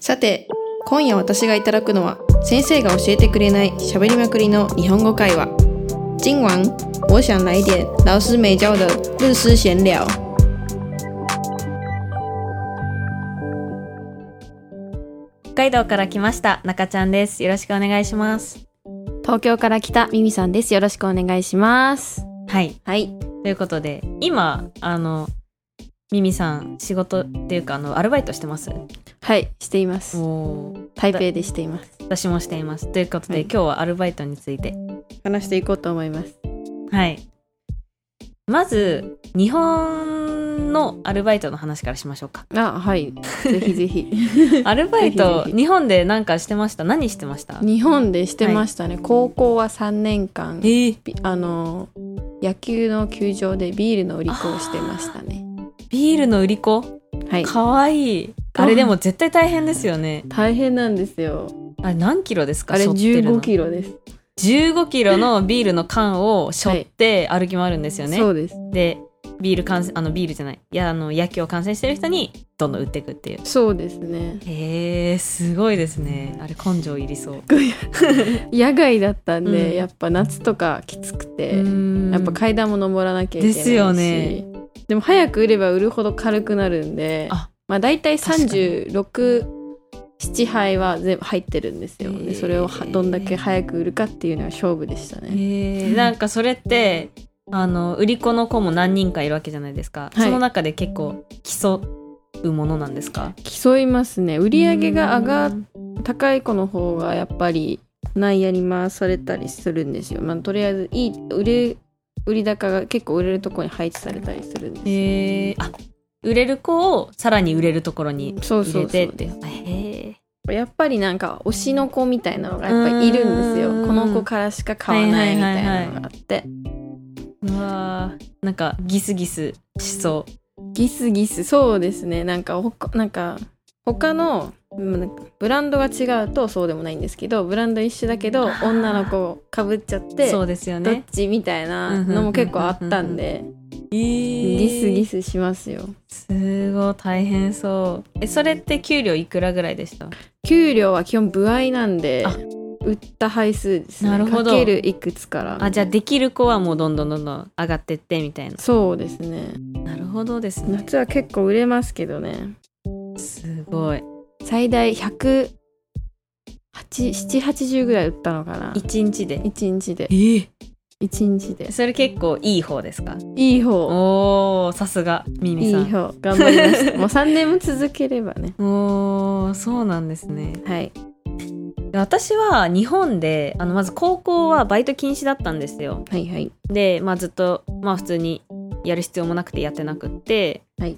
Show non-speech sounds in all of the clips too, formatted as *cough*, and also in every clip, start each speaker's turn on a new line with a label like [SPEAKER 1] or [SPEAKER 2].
[SPEAKER 1] さて今夜私がいただくのは先生が教えてくれない喋りまくりの日本語会話今晚我想来点老师没教的日式闲聊
[SPEAKER 2] 北海道から来ました中ちゃんですよろしくお願いします
[SPEAKER 3] 東京から来たミミさんです。よろしくお願いします。
[SPEAKER 2] はい
[SPEAKER 1] はい
[SPEAKER 2] ということで今あのミミさん仕事っていうかあのアルバイトしてます
[SPEAKER 3] はい、しています。
[SPEAKER 2] おー
[SPEAKER 3] 台北でしています。
[SPEAKER 2] 私もしていますということで、
[SPEAKER 3] はい
[SPEAKER 2] 今日はアルバイトについて
[SPEAKER 3] 話していこうと思います。
[SPEAKER 2] はいまず日本のアルバイトの話からしまし
[SPEAKER 3] *laughs*
[SPEAKER 2] ょうか
[SPEAKER 3] あ、はい。ぜひ
[SPEAKER 1] *laughs*
[SPEAKER 3] ぜひ。
[SPEAKER 2] アルバイト
[SPEAKER 3] ぜひぜひ
[SPEAKER 2] 日本で何かしてました何してました
[SPEAKER 3] 日本でしてましたね。高校は3年間、
[SPEAKER 2] えー
[SPEAKER 3] びあの、野球の球場でビールの売り子をしてましたね。
[SPEAKER 2] ビールの売り子
[SPEAKER 3] はい。
[SPEAKER 2] かわいいあれでも絶対大変ですよね
[SPEAKER 3] 大変なんですよ。
[SPEAKER 2] あれ何キロですか
[SPEAKER 3] あれ
[SPEAKER 2] 背負ってるの
[SPEAKER 3] 15キロです。
[SPEAKER 2] 15キロのビールの缶を背負って歩き回るんですよね。
[SPEAKER 3] そうです。
[SPEAKER 2] でビール感染あのビールじゃないいやあの野球を感染してる人にどんどん売っていくっていう。
[SPEAKER 3] そうですね。
[SPEAKER 2] へえすごいですね。あれ根性いりそう。
[SPEAKER 3] 野外だったんで、
[SPEAKER 2] うん
[SPEAKER 3] やっぱ夏とかきつくて、や
[SPEAKER 2] や
[SPEAKER 3] っぱ階段も登らなきゃいけないし
[SPEAKER 2] ですよね
[SPEAKER 3] でも早く売れば売るほど軽くなるんで
[SPEAKER 2] あ
[SPEAKER 3] まあ大体
[SPEAKER 2] 確かに
[SPEAKER 3] 367杯は全部入ってるんですよ、
[SPEAKER 2] へー
[SPEAKER 3] ね、それをはどんだけ早く売るかっていうのが勝負でしたね、
[SPEAKER 2] へえなんかそれってあの売り子の子も何人かいるわけじゃないですか。
[SPEAKER 3] はい
[SPEAKER 2] その中で結構競うものなんですか。
[SPEAKER 3] 競いますね売り上げが上
[SPEAKER 2] う
[SPEAKER 3] が
[SPEAKER 2] ん
[SPEAKER 3] 高い子の方がやっぱり内野に回されたりするんですよまあとりあえずいい売れ売り高が結構売れるとこに配置されたりするんですよ
[SPEAKER 2] へえあ売れる子をさらに売れるところに
[SPEAKER 3] そう
[SPEAKER 2] 入
[SPEAKER 3] そ
[SPEAKER 2] れ
[SPEAKER 3] うそ
[SPEAKER 2] て
[SPEAKER 3] う
[SPEAKER 2] っていう。へえ。
[SPEAKER 3] やっぱりなんか推しの子みたいなのがやっぱりいるんです
[SPEAKER 2] うー
[SPEAKER 3] よ
[SPEAKER 2] ん
[SPEAKER 3] この子からしか買わないみたいなのがあって、
[SPEAKER 2] うわーなんかギスギスしそう。
[SPEAKER 3] ギスギスそうですねなんかほかなんか他のうんなんかブランドが違うとそうでもないんですけどブランド一緒だけど
[SPEAKER 2] あー
[SPEAKER 3] 女の子かぶっちゃって
[SPEAKER 2] そうですよ
[SPEAKER 3] どっ
[SPEAKER 2] ね。
[SPEAKER 3] ちみたいなのも結構あったんでギスギスしますよ
[SPEAKER 2] すごい大変そう。えそれって給料いくらぐらいでした？
[SPEAKER 3] 給料は基本歩合なんで
[SPEAKER 2] あ
[SPEAKER 3] 売った配数ですね
[SPEAKER 2] なるほど
[SPEAKER 3] かけるいくつから
[SPEAKER 2] あじゃあできる子はもうどんどんどんどん上がってってみたいな。
[SPEAKER 3] そうですね
[SPEAKER 2] なるほどですね。
[SPEAKER 3] 夏は結構売れますけどね
[SPEAKER 2] すごい。
[SPEAKER 3] 最大180ぐらい売ったのかな
[SPEAKER 2] 一日で。
[SPEAKER 3] 1日で
[SPEAKER 2] え
[SPEAKER 3] 1日で
[SPEAKER 2] それ結構いい方ですか？
[SPEAKER 3] いい方
[SPEAKER 2] おおさすがミ
[SPEAKER 3] い
[SPEAKER 2] ミ
[SPEAKER 3] い
[SPEAKER 2] さん。
[SPEAKER 3] 方頑張りました *laughs* もう3年も続ければね
[SPEAKER 2] おおそうなんですね。
[SPEAKER 3] はい
[SPEAKER 2] で私は日本であのまず高校はバイト禁止だったんですよ。
[SPEAKER 3] はいはい
[SPEAKER 2] で、まあ、ずっと、まあ、普通にやる必要もなくてやってなくって、
[SPEAKER 3] はい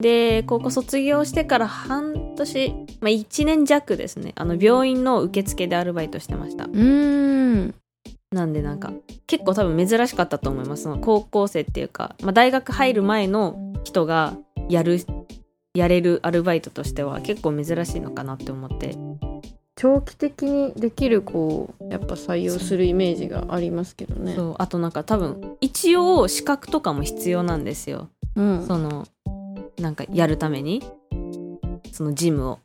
[SPEAKER 2] で高校卒業してから半年、まあ、1年弱ですねあの病院の受付でアルバイトしてました
[SPEAKER 3] うーん
[SPEAKER 2] なんでなんか結構多分珍しかったと思いますその高校生っていうか、まあ、大学入る前の人がやるやれるアルバイトとしては結構珍しいのかなって思って
[SPEAKER 3] 長期的にできる子をやっぱ採用するイメージがありますけどね
[SPEAKER 2] そうあとなんか多分一応資格とかも必要なんですよ
[SPEAKER 3] うん
[SPEAKER 2] そのなんかやるためにそのジムを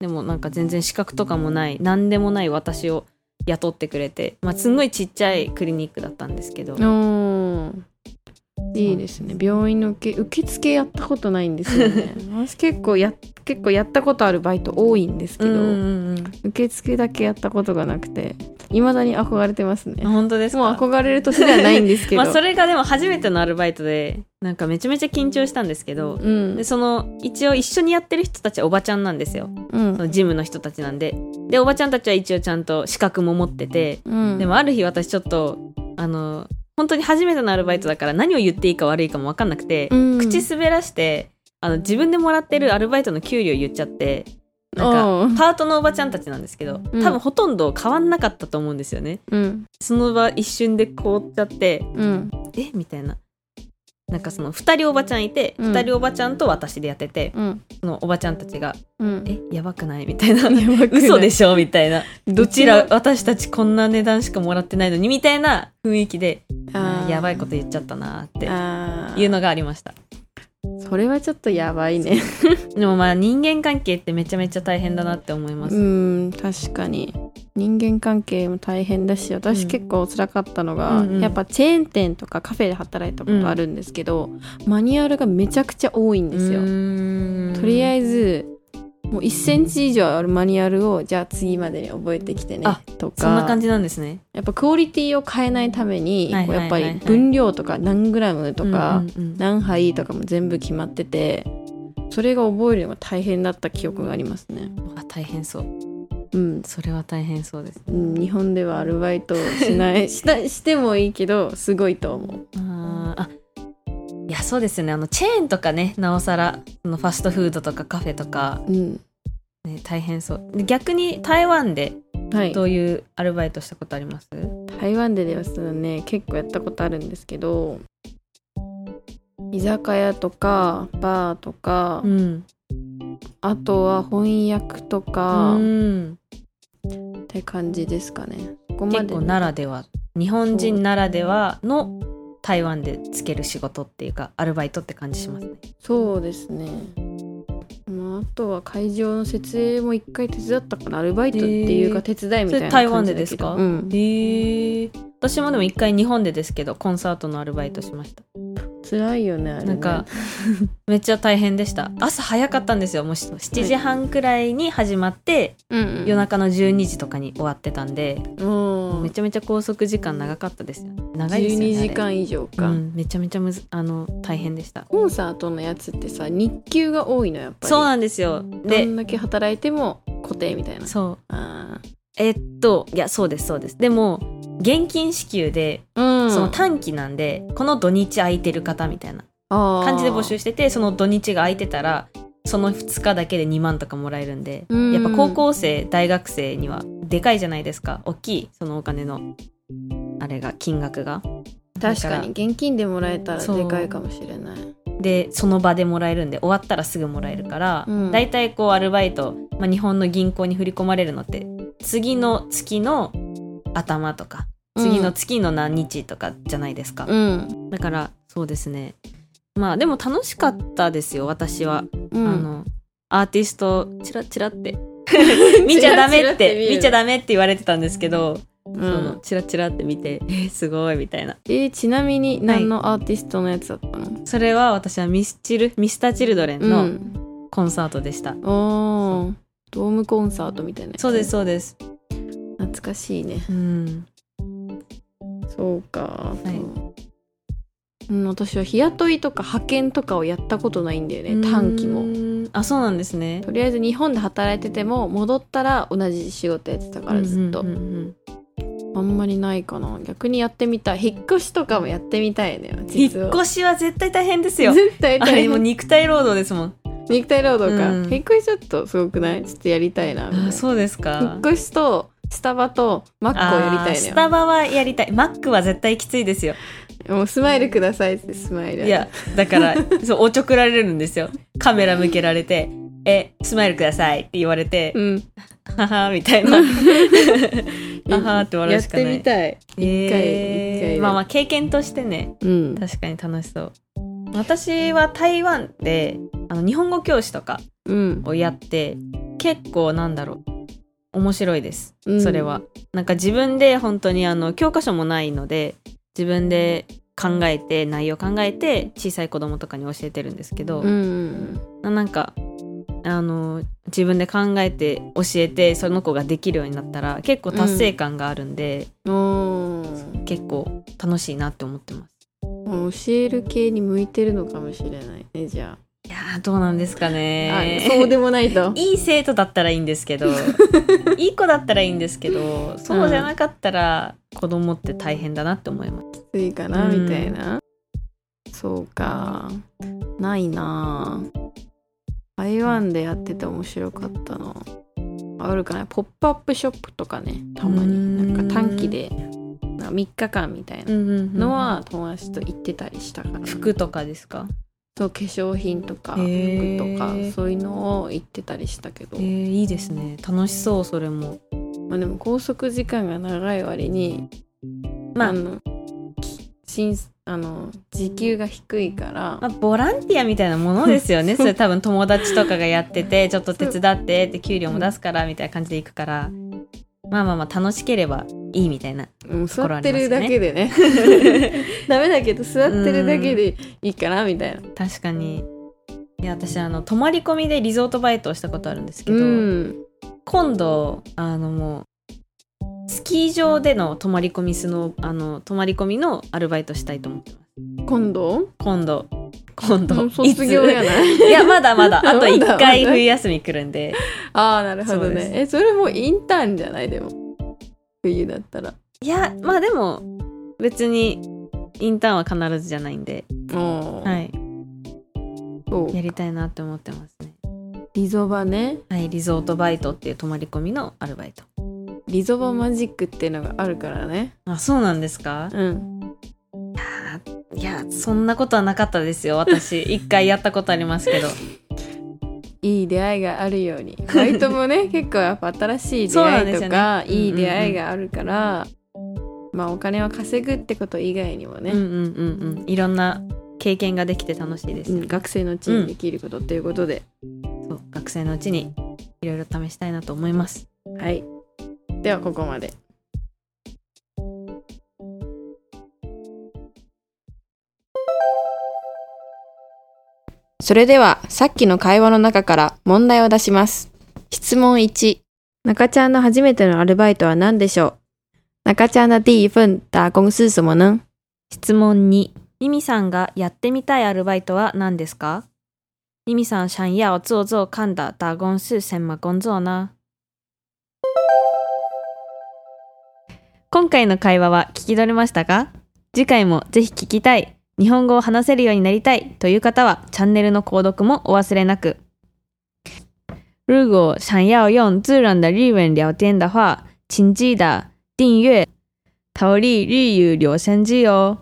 [SPEAKER 2] でもなんか全然資格とかもない何でもない私を雇ってくれて、まあ、すんごいちっちゃいクリニックだったんですけど、
[SPEAKER 3] おーいいですね病院の受け受付やったことないんですよね *laughs* 私結構や結構やったことあるバイト多いんですけ
[SPEAKER 2] うん
[SPEAKER 3] ど、
[SPEAKER 2] うんうん
[SPEAKER 3] 受付だけやったことがなくていまだに憧れてますね
[SPEAKER 2] あ
[SPEAKER 3] も
[SPEAKER 2] 本当で
[SPEAKER 3] う
[SPEAKER 2] すか
[SPEAKER 3] 憧れる年ではないんですけ *laughs* ど、
[SPEAKER 2] まあそれがでも初めてのアルバイトでなんかめちゃめちゃ緊張したんですけど
[SPEAKER 3] うん
[SPEAKER 2] でその一応一緒にやってる人たちはおばちゃんなんですよ
[SPEAKER 3] うん
[SPEAKER 2] そのジムの人たちなんででおばちゃんたちは一応ちゃんと資格も持ってて
[SPEAKER 3] うん
[SPEAKER 2] でもある日私ちょっとあの本当に初めてのアルバイトだから何を言っていいか悪いかも分かんなくて、
[SPEAKER 3] うん
[SPEAKER 2] 口滑らしてあの自分でもらってるアルバイトの給料言っちゃってなんか
[SPEAKER 3] おう
[SPEAKER 2] パートのおばちゃんたちなんですけど
[SPEAKER 3] うん
[SPEAKER 2] 多分ほとんど変わんなかったと思うんですよね。
[SPEAKER 3] うん
[SPEAKER 2] その場一瞬で凍っちゃって
[SPEAKER 3] うん
[SPEAKER 2] えみたいな。なんかその2人おばちゃんいて、
[SPEAKER 3] うん
[SPEAKER 2] 2人おばちゃんと私でやってて
[SPEAKER 3] うん
[SPEAKER 2] そのおばちゃんたちが
[SPEAKER 3] う
[SPEAKER 2] 「
[SPEAKER 3] ん
[SPEAKER 2] えやばくない?」みたい
[SPEAKER 3] や
[SPEAKER 2] な
[SPEAKER 3] ばくない
[SPEAKER 2] 嘘でしょみたいなど
[SPEAKER 3] ど
[SPEAKER 2] ちら私たちこんな値段しかもらってないのにみたいな雰囲気で
[SPEAKER 3] あー
[SPEAKER 2] やばいこと言っちゃったなーって
[SPEAKER 3] あー
[SPEAKER 2] いうのがありました
[SPEAKER 3] それはちょっとやばいね
[SPEAKER 2] でもまあ人間関係ってめちゃめちゃ大変だなって思います、
[SPEAKER 3] うん確かに人間関係も大変だし
[SPEAKER 2] う
[SPEAKER 3] 私
[SPEAKER 2] ん
[SPEAKER 3] 結構辛かったのが、
[SPEAKER 2] うんうん
[SPEAKER 3] やっぱチェーン店とかカフェで働いたことあるんですけど、マニュアルがめちゃくちゃ多いんですよ。とりあえ
[SPEAKER 2] ず
[SPEAKER 3] ずもう1センチ以上あるマニュアルをじゃあ次までに覚えてきてね
[SPEAKER 2] あ
[SPEAKER 3] とか
[SPEAKER 2] そんな感じなんですね
[SPEAKER 3] やっぱクオリティを変えないために、
[SPEAKER 2] はいはいはいはい
[SPEAKER 3] やっぱり分量とか何グラムとか、
[SPEAKER 2] うんうんうん
[SPEAKER 3] 何杯とかも全部決まっててそれが覚えるのが大変だった記憶がありますね。
[SPEAKER 2] あ大変そう
[SPEAKER 3] うん、
[SPEAKER 2] それは大変そうです
[SPEAKER 3] うん日本ではアルバイトをしない *laughs* したしてもいいけどすごいと思う
[SPEAKER 2] あーあいやそうですよねあのチェーンとかねなおさらそのファストフードとかカフェとか、、
[SPEAKER 3] うん、
[SPEAKER 2] ね、大変そうで逆に台湾で
[SPEAKER 3] はい
[SPEAKER 2] どういうアルバイトしたことあります、
[SPEAKER 3] 台湾でですね結構やったことあるんですけど居酒屋とかバーとか、
[SPEAKER 2] うん
[SPEAKER 3] あとは翻訳とか
[SPEAKER 2] うん
[SPEAKER 3] って感じですかねここま
[SPEAKER 2] 結
[SPEAKER 3] で
[SPEAKER 2] 構ならでは日本人ならではの台湾でつける仕事っていうかアルバイトって感じしますね
[SPEAKER 3] そうですねまあ、あとは会場の設営も一回手伝ったかなアルバイトっていう
[SPEAKER 2] へ
[SPEAKER 3] か
[SPEAKER 2] ー
[SPEAKER 3] 手伝いみたいな感じだけど
[SPEAKER 2] それ台湾でですか
[SPEAKER 3] うん、
[SPEAKER 2] へえ私もでも一回日本でですけどコンサートのアルバイトしました
[SPEAKER 3] 辛いよねあれね
[SPEAKER 2] なんか
[SPEAKER 3] *laughs*
[SPEAKER 2] めっちゃ大変でした朝早かったんですよもうし7時半くらいに始まって、
[SPEAKER 3] うんうん、
[SPEAKER 2] 夜中の12時とかに終わってたんで、
[SPEAKER 3] も
[SPEAKER 2] めちゃめちゃ拘束時間長かったですよね長いですよね
[SPEAKER 3] 12
[SPEAKER 2] あれ
[SPEAKER 3] 時間以上か、
[SPEAKER 2] うん、めちゃめちゃむずあの大変でした
[SPEAKER 3] コンサートのやつってさ日給が多いのやっぱり
[SPEAKER 2] そうなんですよ
[SPEAKER 3] ど
[SPEAKER 2] で
[SPEAKER 3] んだけ働いても固定みたいな
[SPEAKER 2] そう
[SPEAKER 3] あ
[SPEAKER 2] えっといやそうですそうですでも現金支給で、
[SPEAKER 3] ーうん
[SPEAKER 2] その短期なんでこの土日空いてる方みたいな
[SPEAKER 3] 感
[SPEAKER 2] 感じで募集しててその土日が空いてたらその2日だけで2万とかもらえるんで
[SPEAKER 3] うん
[SPEAKER 2] やっぱ高校生大学生にはでかいじゃないですか大きいそのお金のあれが金額が
[SPEAKER 3] 確か
[SPEAKER 2] だ
[SPEAKER 3] に現金でもらえたら
[SPEAKER 2] そう
[SPEAKER 3] でかいかもしれない
[SPEAKER 2] でその場でもらえるんで終わったらすぐもらえるから、
[SPEAKER 3] うん
[SPEAKER 2] だいたいこうアルバイト、まあ、日本の銀行に振り込まれるのって次の月の頭とか次の月の何日とかじゃないですか、
[SPEAKER 3] うん
[SPEAKER 2] だからそうですねまあでも楽しかったですよ私は
[SPEAKER 3] うん
[SPEAKER 2] あのアーティストチラチラって
[SPEAKER 3] *laughs*
[SPEAKER 2] 見ちゃダメっ
[SPEAKER 3] チラチラって見
[SPEAKER 2] て
[SPEAKER 3] える
[SPEAKER 2] 見ちゃダメって言われてたんですけど、
[SPEAKER 3] うん
[SPEAKER 2] そのチラチラって見てえーすごいみたいな
[SPEAKER 3] えーちなみに何のアーティストのやつだったの、
[SPEAKER 2] それは私はミスチルミスターチルドレン
[SPEAKER 3] う
[SPEAKER 2] の
[SPEAKER 3] ん
[SPEAKER 2] コンサートでした、
[SPEAKER 3] おードームコンサートみたいなやつ
[SPEAKER 2] そうですそうです
[SPEAKER 3] 懐かしいね
[SPEAKER 2] うん
[SPEAKER 3] そうか、
[SPEAKER 2] い
[SPEAKER 3] うん、私は日雇いとか派遣とかをやったことないんだよね短期
[SPEAKER 2] う
[SPEAKER 3] も
[SPEAKER 2] ーんあそうなんですね
[SPEAKER 3] とりあえず日本で働いてても戻ったら同じ仕事やってたからずっと、
[SPEAKER 2] うんうんうんうん
[SPEAKER 3] あんまりないかな逆にやってみたい引っ越しとかもやってみたいのよ
[SPEAKER 2] 引
[SPEAKER 3] 実
[SPEAKER 2] っ
[SPEAKER 3] は
[SPEAKER 2] 越しは絶対大変ですよ
[SPEAKER 3] 絶対
[SPEAKER 2] あ
[SPEAKER 3] 大
[SPEAKER 2] れもう
[SPEAKER 3] 変
[SPEAKER 2] 肉体労働ですもん
[SPEAKER 3] 肉体労働か、
[SPEAKER 2] うん
[SPEAKER 3] 引っ越しちょっとすごくないちょっとやりたいなみたいな
[SPEAKER 2] あそうです
[SPEAKER 3] 引
[SPEAKER 2] か
[SPEAKER 3] っ越しとスタバとマックをやりた
[SPEAKER 2] あー
[SPEAKER 3] い
[SPEAKER 2] ス
[SPEAKER 3] の
[SPEAKER 2] タバはやりたいマックは絶対きついですよ
[SPEAKER 3] よもうスマイルくださいってスマイル
[SPEAKER 2] いやだから *laughs* そうおちょくられるんですよカメラ向けられて「えスマイルください」って言われて
[SPEAKER 3] う
[SPEAKER 2] 「
[SPEAKER 3] ん
[SPEAKER 2] はは」みたい *laughs* なあはーって笑うしかない
[SPEAKER 3] やってみたい一回、
[SPEAKER 2] えー
[SPEAKER 3] 一回
[SPEAKER 2] まあまあ経験としてね
[SPEAKER 3] うん
[SPEAKER 2] 確かに楽しそう私は台湾であの日本語教師とか
[SPEAKER 3] うん
[SPEAKER 2] をやって結構なんだろう面白いです
[SPEAKER 3] うん
[SPEAKER 2] それは、なんか自分で本当にあの教科書もないので自分で考えて内容考えて小さい子供とかに教えてるんですけど、
[SPEAKER 3] うん
[SPEAKER 2] ななんかあの自分で考えて教えてその子ができるようになったら結構達成感があるんで、
[SPEAKER 3] うんうん
[SPEAKER 2] 結構楽しいなって思ってます
[SPEAKER 3] もう教える系に向いてるのかもしれないねじゃ
[SPEAKER 2] いやーどうなんですか
[SPEAKER 3] あ,、
[SPEAKER 2] ね
[SPEAKER 3] あそうでもないと
[SPEAKER 2] いい生徒だったらいいんですけ *laughs* どいい子だったらいいんですけどそうじゃなかったら子供って大変だなって思います
[SPEAKER 3] ついかな
[SPEAKER 2] うん
[SPEAKER 3] みたいな、そうかないなあ台湾でやってて面白かったのあるかなポップアップショップとかねたま
[SPEAKER 2] う
[SPEAKER 3] に
[SPEAKER 2] ん
[SPEAKER 3] なんか短期でなんか3日間みたいなの
[SPEAKER 2] の
[SPEAKER 3] は友達と行ってたりしたから、
[SPEAKER 2] 服とかですか、
[SPEAKER 3] そう化粧品とか
[SPEAKER 2] へ
[SPEAKER 3] 服
[SPEAKER 2] ー
[SPEAKER 3] とかそういうのを行ってたりしたけど、
[SPEAKER 2] いいですね楽しそうそれも
[SPEAKER 3] まあ、でも拘束時間が長い割に
[SPEAKER 2] まあ
[SPEAKER 3] の新あの時給が低いから
[SPEAKER 2] まあ、ボランティアみたいなものです
[SPEAKER 3] *laughs*
[SPEAKER 2] よねそれ多分友達とかがやっててちょっと手伝ってって給料も出すからみたいな感じで行くからまあまあまあ楽しければいいみたいな
[SPEAKER 3] もう座
[SPEAKER 2] 心あ
[SPEAKER 3] っ
[SPEAKER 2] り
[SPEAKER 3] て
[SPEAKER 2] ます
[SPEAKER 3] る
[SPEAKER 2] ね
[SPEAKER 3] だけでねダメだけど座ってるだけでいいかなみたいな
[SPEAKER 2] 確かにいや私あの泊まり込みでリゾートバイトをしたことあるんですけ
[SPEAKER 3] う
[SPEAKER 2] ど、
[SPEAKER 3] ん
[SPEAKER 2] 今度あのもうスキー場での泊まり込みスノーあの泊まり込みのアルバイトしたいと思ってます
[SPEAKER 3] 今度
[SPEAKER 2] 今度今
[SPEAKER 3] も
[SPEAKER 2] 度
[SPEAKER 3] う卒業や
[SPEAKER 2] い
[SPEAKER 3] ない
[SPEAKER 2] ついやまだ *laughs* まだあと
[SPEAKER 3] まだ
[SPEAKER 2] 1
[SPEAKER 3] まだ
[SPEAKER 2] 回冬休み来るんで
[SPEAKER 3] *laughs* ああなるほど
[SPEAKER 2] そうで
[SPEAKER 3] ね
[SPEAKER 2] す
[SPEAKER 3] えそれもうインターンじゃないでも冬だったら
[SPEAKER 2] いやまあでも別にインターンは必ずじゃないんで、
[SPEAKER 3] おー
[SPEAKER 2] はい、
[SPEAKER 3] そう
[SPEAKER 2] やりたいなって思ってますね
[SPEAKER 3] リゾバね
[SPEAKER 2] はいリゾートバイトっていう泊まり込みのアルバイト
[SPEAKER 3] リゾバマジックっていうのがあるからね
[SPEAKER 2] あそうなんですか
[SPEAKER 3] うん
[SPEAKER 2] いやそんなことはなかったですよ *laughs* 私一回やったことありますけど
[SPEAKER 3] いい出会いがあるようにバイトも
[SPEAKER 2] *laughs*
[SPEAKER 3] ね結構やっぱ新しい出
[SPEAKER 2] そうなん
[SPEAKER 3] 会
[SPEAKER 2] で
[SPEAKER 3] い
[SPEAKER 2] す
[SPEAKER 3] と
[SPEAKER 2] よ
[SPEAKER 3] か、
[SPEAKER 2] ね
[SPEAKER 3] いい出会いがあるから、まあお金を稼ぐってこと以外にもね、
[SPEAKER 2] うんうんうんうんいろんな経験ができて楽しいです
[SPEAKER 3] う
[SPEAKER 2] よ、
[SPEAKER 3] ん学生のうちにできることっていうことで、
[SPEAKER 2] そう学生のうちにいろいろ試したいなと思います
[SPEAKER 3] はいではここまで
[SPEAKER 1] それではさっきの会話の中から問題を出します。質問1。中ちゃんの初めてのアルバイトは何でしょう中ちゃんの第一份打工是什么呢
[SPEAKER 2] 質問2ミミさんがやってみたいアルバイトは何ですかミミさん想要做做看的打工是什么工作呢今回の会話は聞き取れましたか次回もぜひ聞きたい日本語を話せるようになりたいという方はチャンネルの購読もお忘れなく如果想要用自然的日文聊天的话请记得订阅逃离日语留声机哦。